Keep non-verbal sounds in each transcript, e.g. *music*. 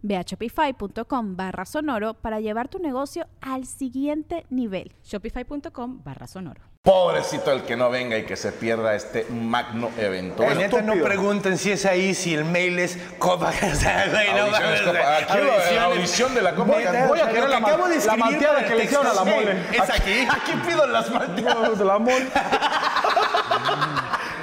Ve a shopify.com barra sonoro para llevar tu negocio al siguiente nivel. Shopify.com barra sonoro. Pobrecito el que no venga y que se pierda este magno evento. La neta, no pregunten si es ahí, si el mail es Copa. *laughs* o sea, güey, no Audiciones mames, Copa- güey. aquí va, Audiciones. audición de la Copa Neta, Can- voy a o sea, querer lo la que ma- acabo de la escribir malteada para que el le hicieron a la Texas mole. Mail. Es aquí. Aquí pido las malteadas del amor. *laughs*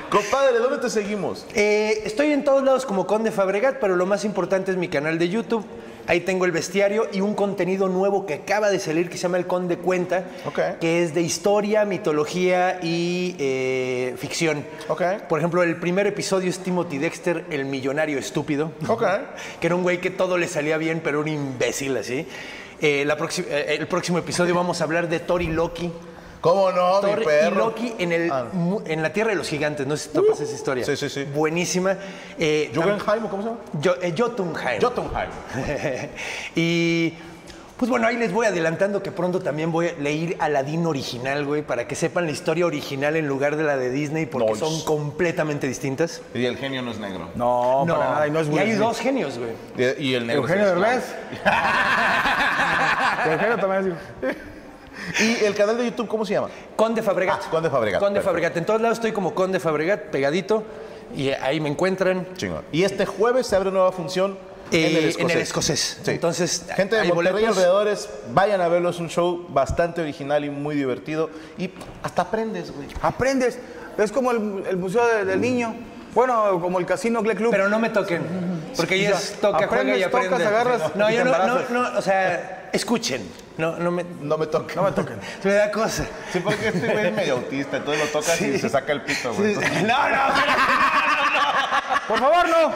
Compadre, ¿dónde te seguimos? Eh, estoy en todos lados como Conde Fabregat, pero lo más importante es mi canal de YouTube. Ahí tengo el bestiario y un contenido nuevo que acaba de salir que se llama El Conde Cuenta, Ok. que es de historia, mitología y eh, ficción. Ok. Por ejemplo, el primer episodio es Timothy Dexter, el millonario estúpido. Ok. *laughs* que era un güey que todo le salía bien, pero un imbécil así. Eh, la próxi- eh, el próximo episodio vamos a hablar de Tori Loki. ¿Cómo no, Thor mi y perro? Loki en, el, Ah. Uh. mu- en la Tierra de los Gigantes. No sé si topas esa historia. sí, sí, sí. Buenísima. Eh, tam- Jugenheim, ¿cómo se llama? Yo- eh, Jotunheim. Jotunheim. *laughs* y pues bueno, ahí les voy adelantando que pronto también voy a leer Aladdin original, güey, para que sepan la historia original en lugar de la de Disney, porque Nice. son completamente distintas. Y el genio no es negro. No, para nada, y no es Will hay Smith. dos genios, güey. Y, y el negro. Eugenio es esclavo. Derbez. *laughs* Eugenio también es- ¿Y el canal de YouTube cómo se llama? Conde Fabregat. Ah, Conde Fabregat, Conde perfecto. Fabregat. En todos lados estoy como Conde Fabregat, pegadito, y ahí me encuentran. Chingón. Y este jueves se abre nueva función Eh, en el escocés. en el escocés. Entonces, gente de hay Monterrey y boletos. alrededores, vayan a verlo. Es un show bastante original y muy divertido. Y hasta aprendes, güey. Aprendes. Es como el, el museo de- del niño. Bueno, como el casino Glee Club. Pero no me toquen, porque Sí, ellos o sea, toca, juega y aprendes, tocas, aprenden. agarras no, y yo te no, no, embarazas. no, o sea, escuchen. No, no me, No me toquen. No me toquen. *laughs* me da cosa. Sí, porque este güey es medio autista, entonces lo tocas y Sí. se saca el pito, Sí, güey. sí. Entonces, *laughs* No, no, Por favor, no.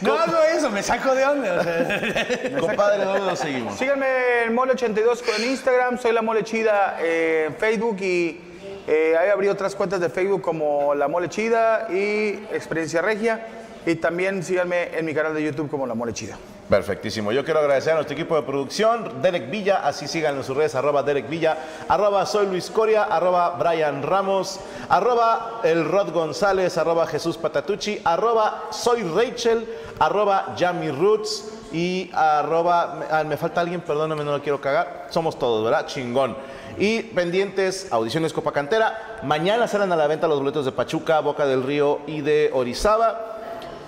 no hago eso, me saco de onda. o sea. compadre, ¿dónde lo seguimos? Síganme en Mole82 en Instagram, soy La Mole Chida eh, en Facebook y eh, ahí abrí otras cuentas de Facebook como La Mole Chida y Experiencia Regia. Y también síganme en mi canal de YouTube como La Mole Chida. Perfectísimo. Yo quiero agradecer a nuestro equipo de producción, Derek Villa, así síganlo en sus redes, arroba Derek Villa, arroba soy Luis Coria, arroba Brian Ramos, arroba el Rod González, arroba Jesús Patatucci, arroba soy Rachel, arroba Yami Roots y arroba, ah, me falta alguien, perdóname, no lo quiero cagar, somos todos, ¿verdad? Chingón. Y pendientes, audiciones Copa Cantera. Mañana serán a la venta los boletos de Pachuca, Boca del Río y de Orizaba.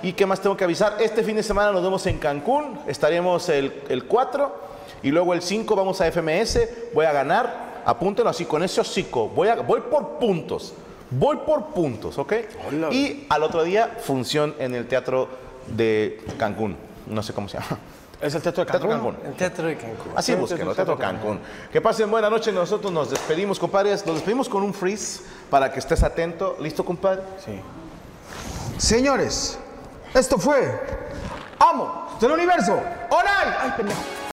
¿Y qué más tengo que avisar? Este fin de semana nos vemos en Cancún. Estaremos el, el 4 y luego el 5 vamos a FMS. Voy a ganar. Apúntenlo así con ese hocico. Voy, a- voy por puntos. Voy por puntos, ¿ok? Y al otro día, función en el Teatro de Cancún. No sé cómo se llama. Es el teatro de Teatro Cancún. Cancún. El teatro de Cancún. Así búsquenlo, Teatro Cancún. Que pasen buena noche, nosotros nos despedimos, compadres. Nos despedimos con un freeze para que estés atento. ¿Listo, compadre? Señores, esto fue Amo del Universo Oral. Ay, pendejo.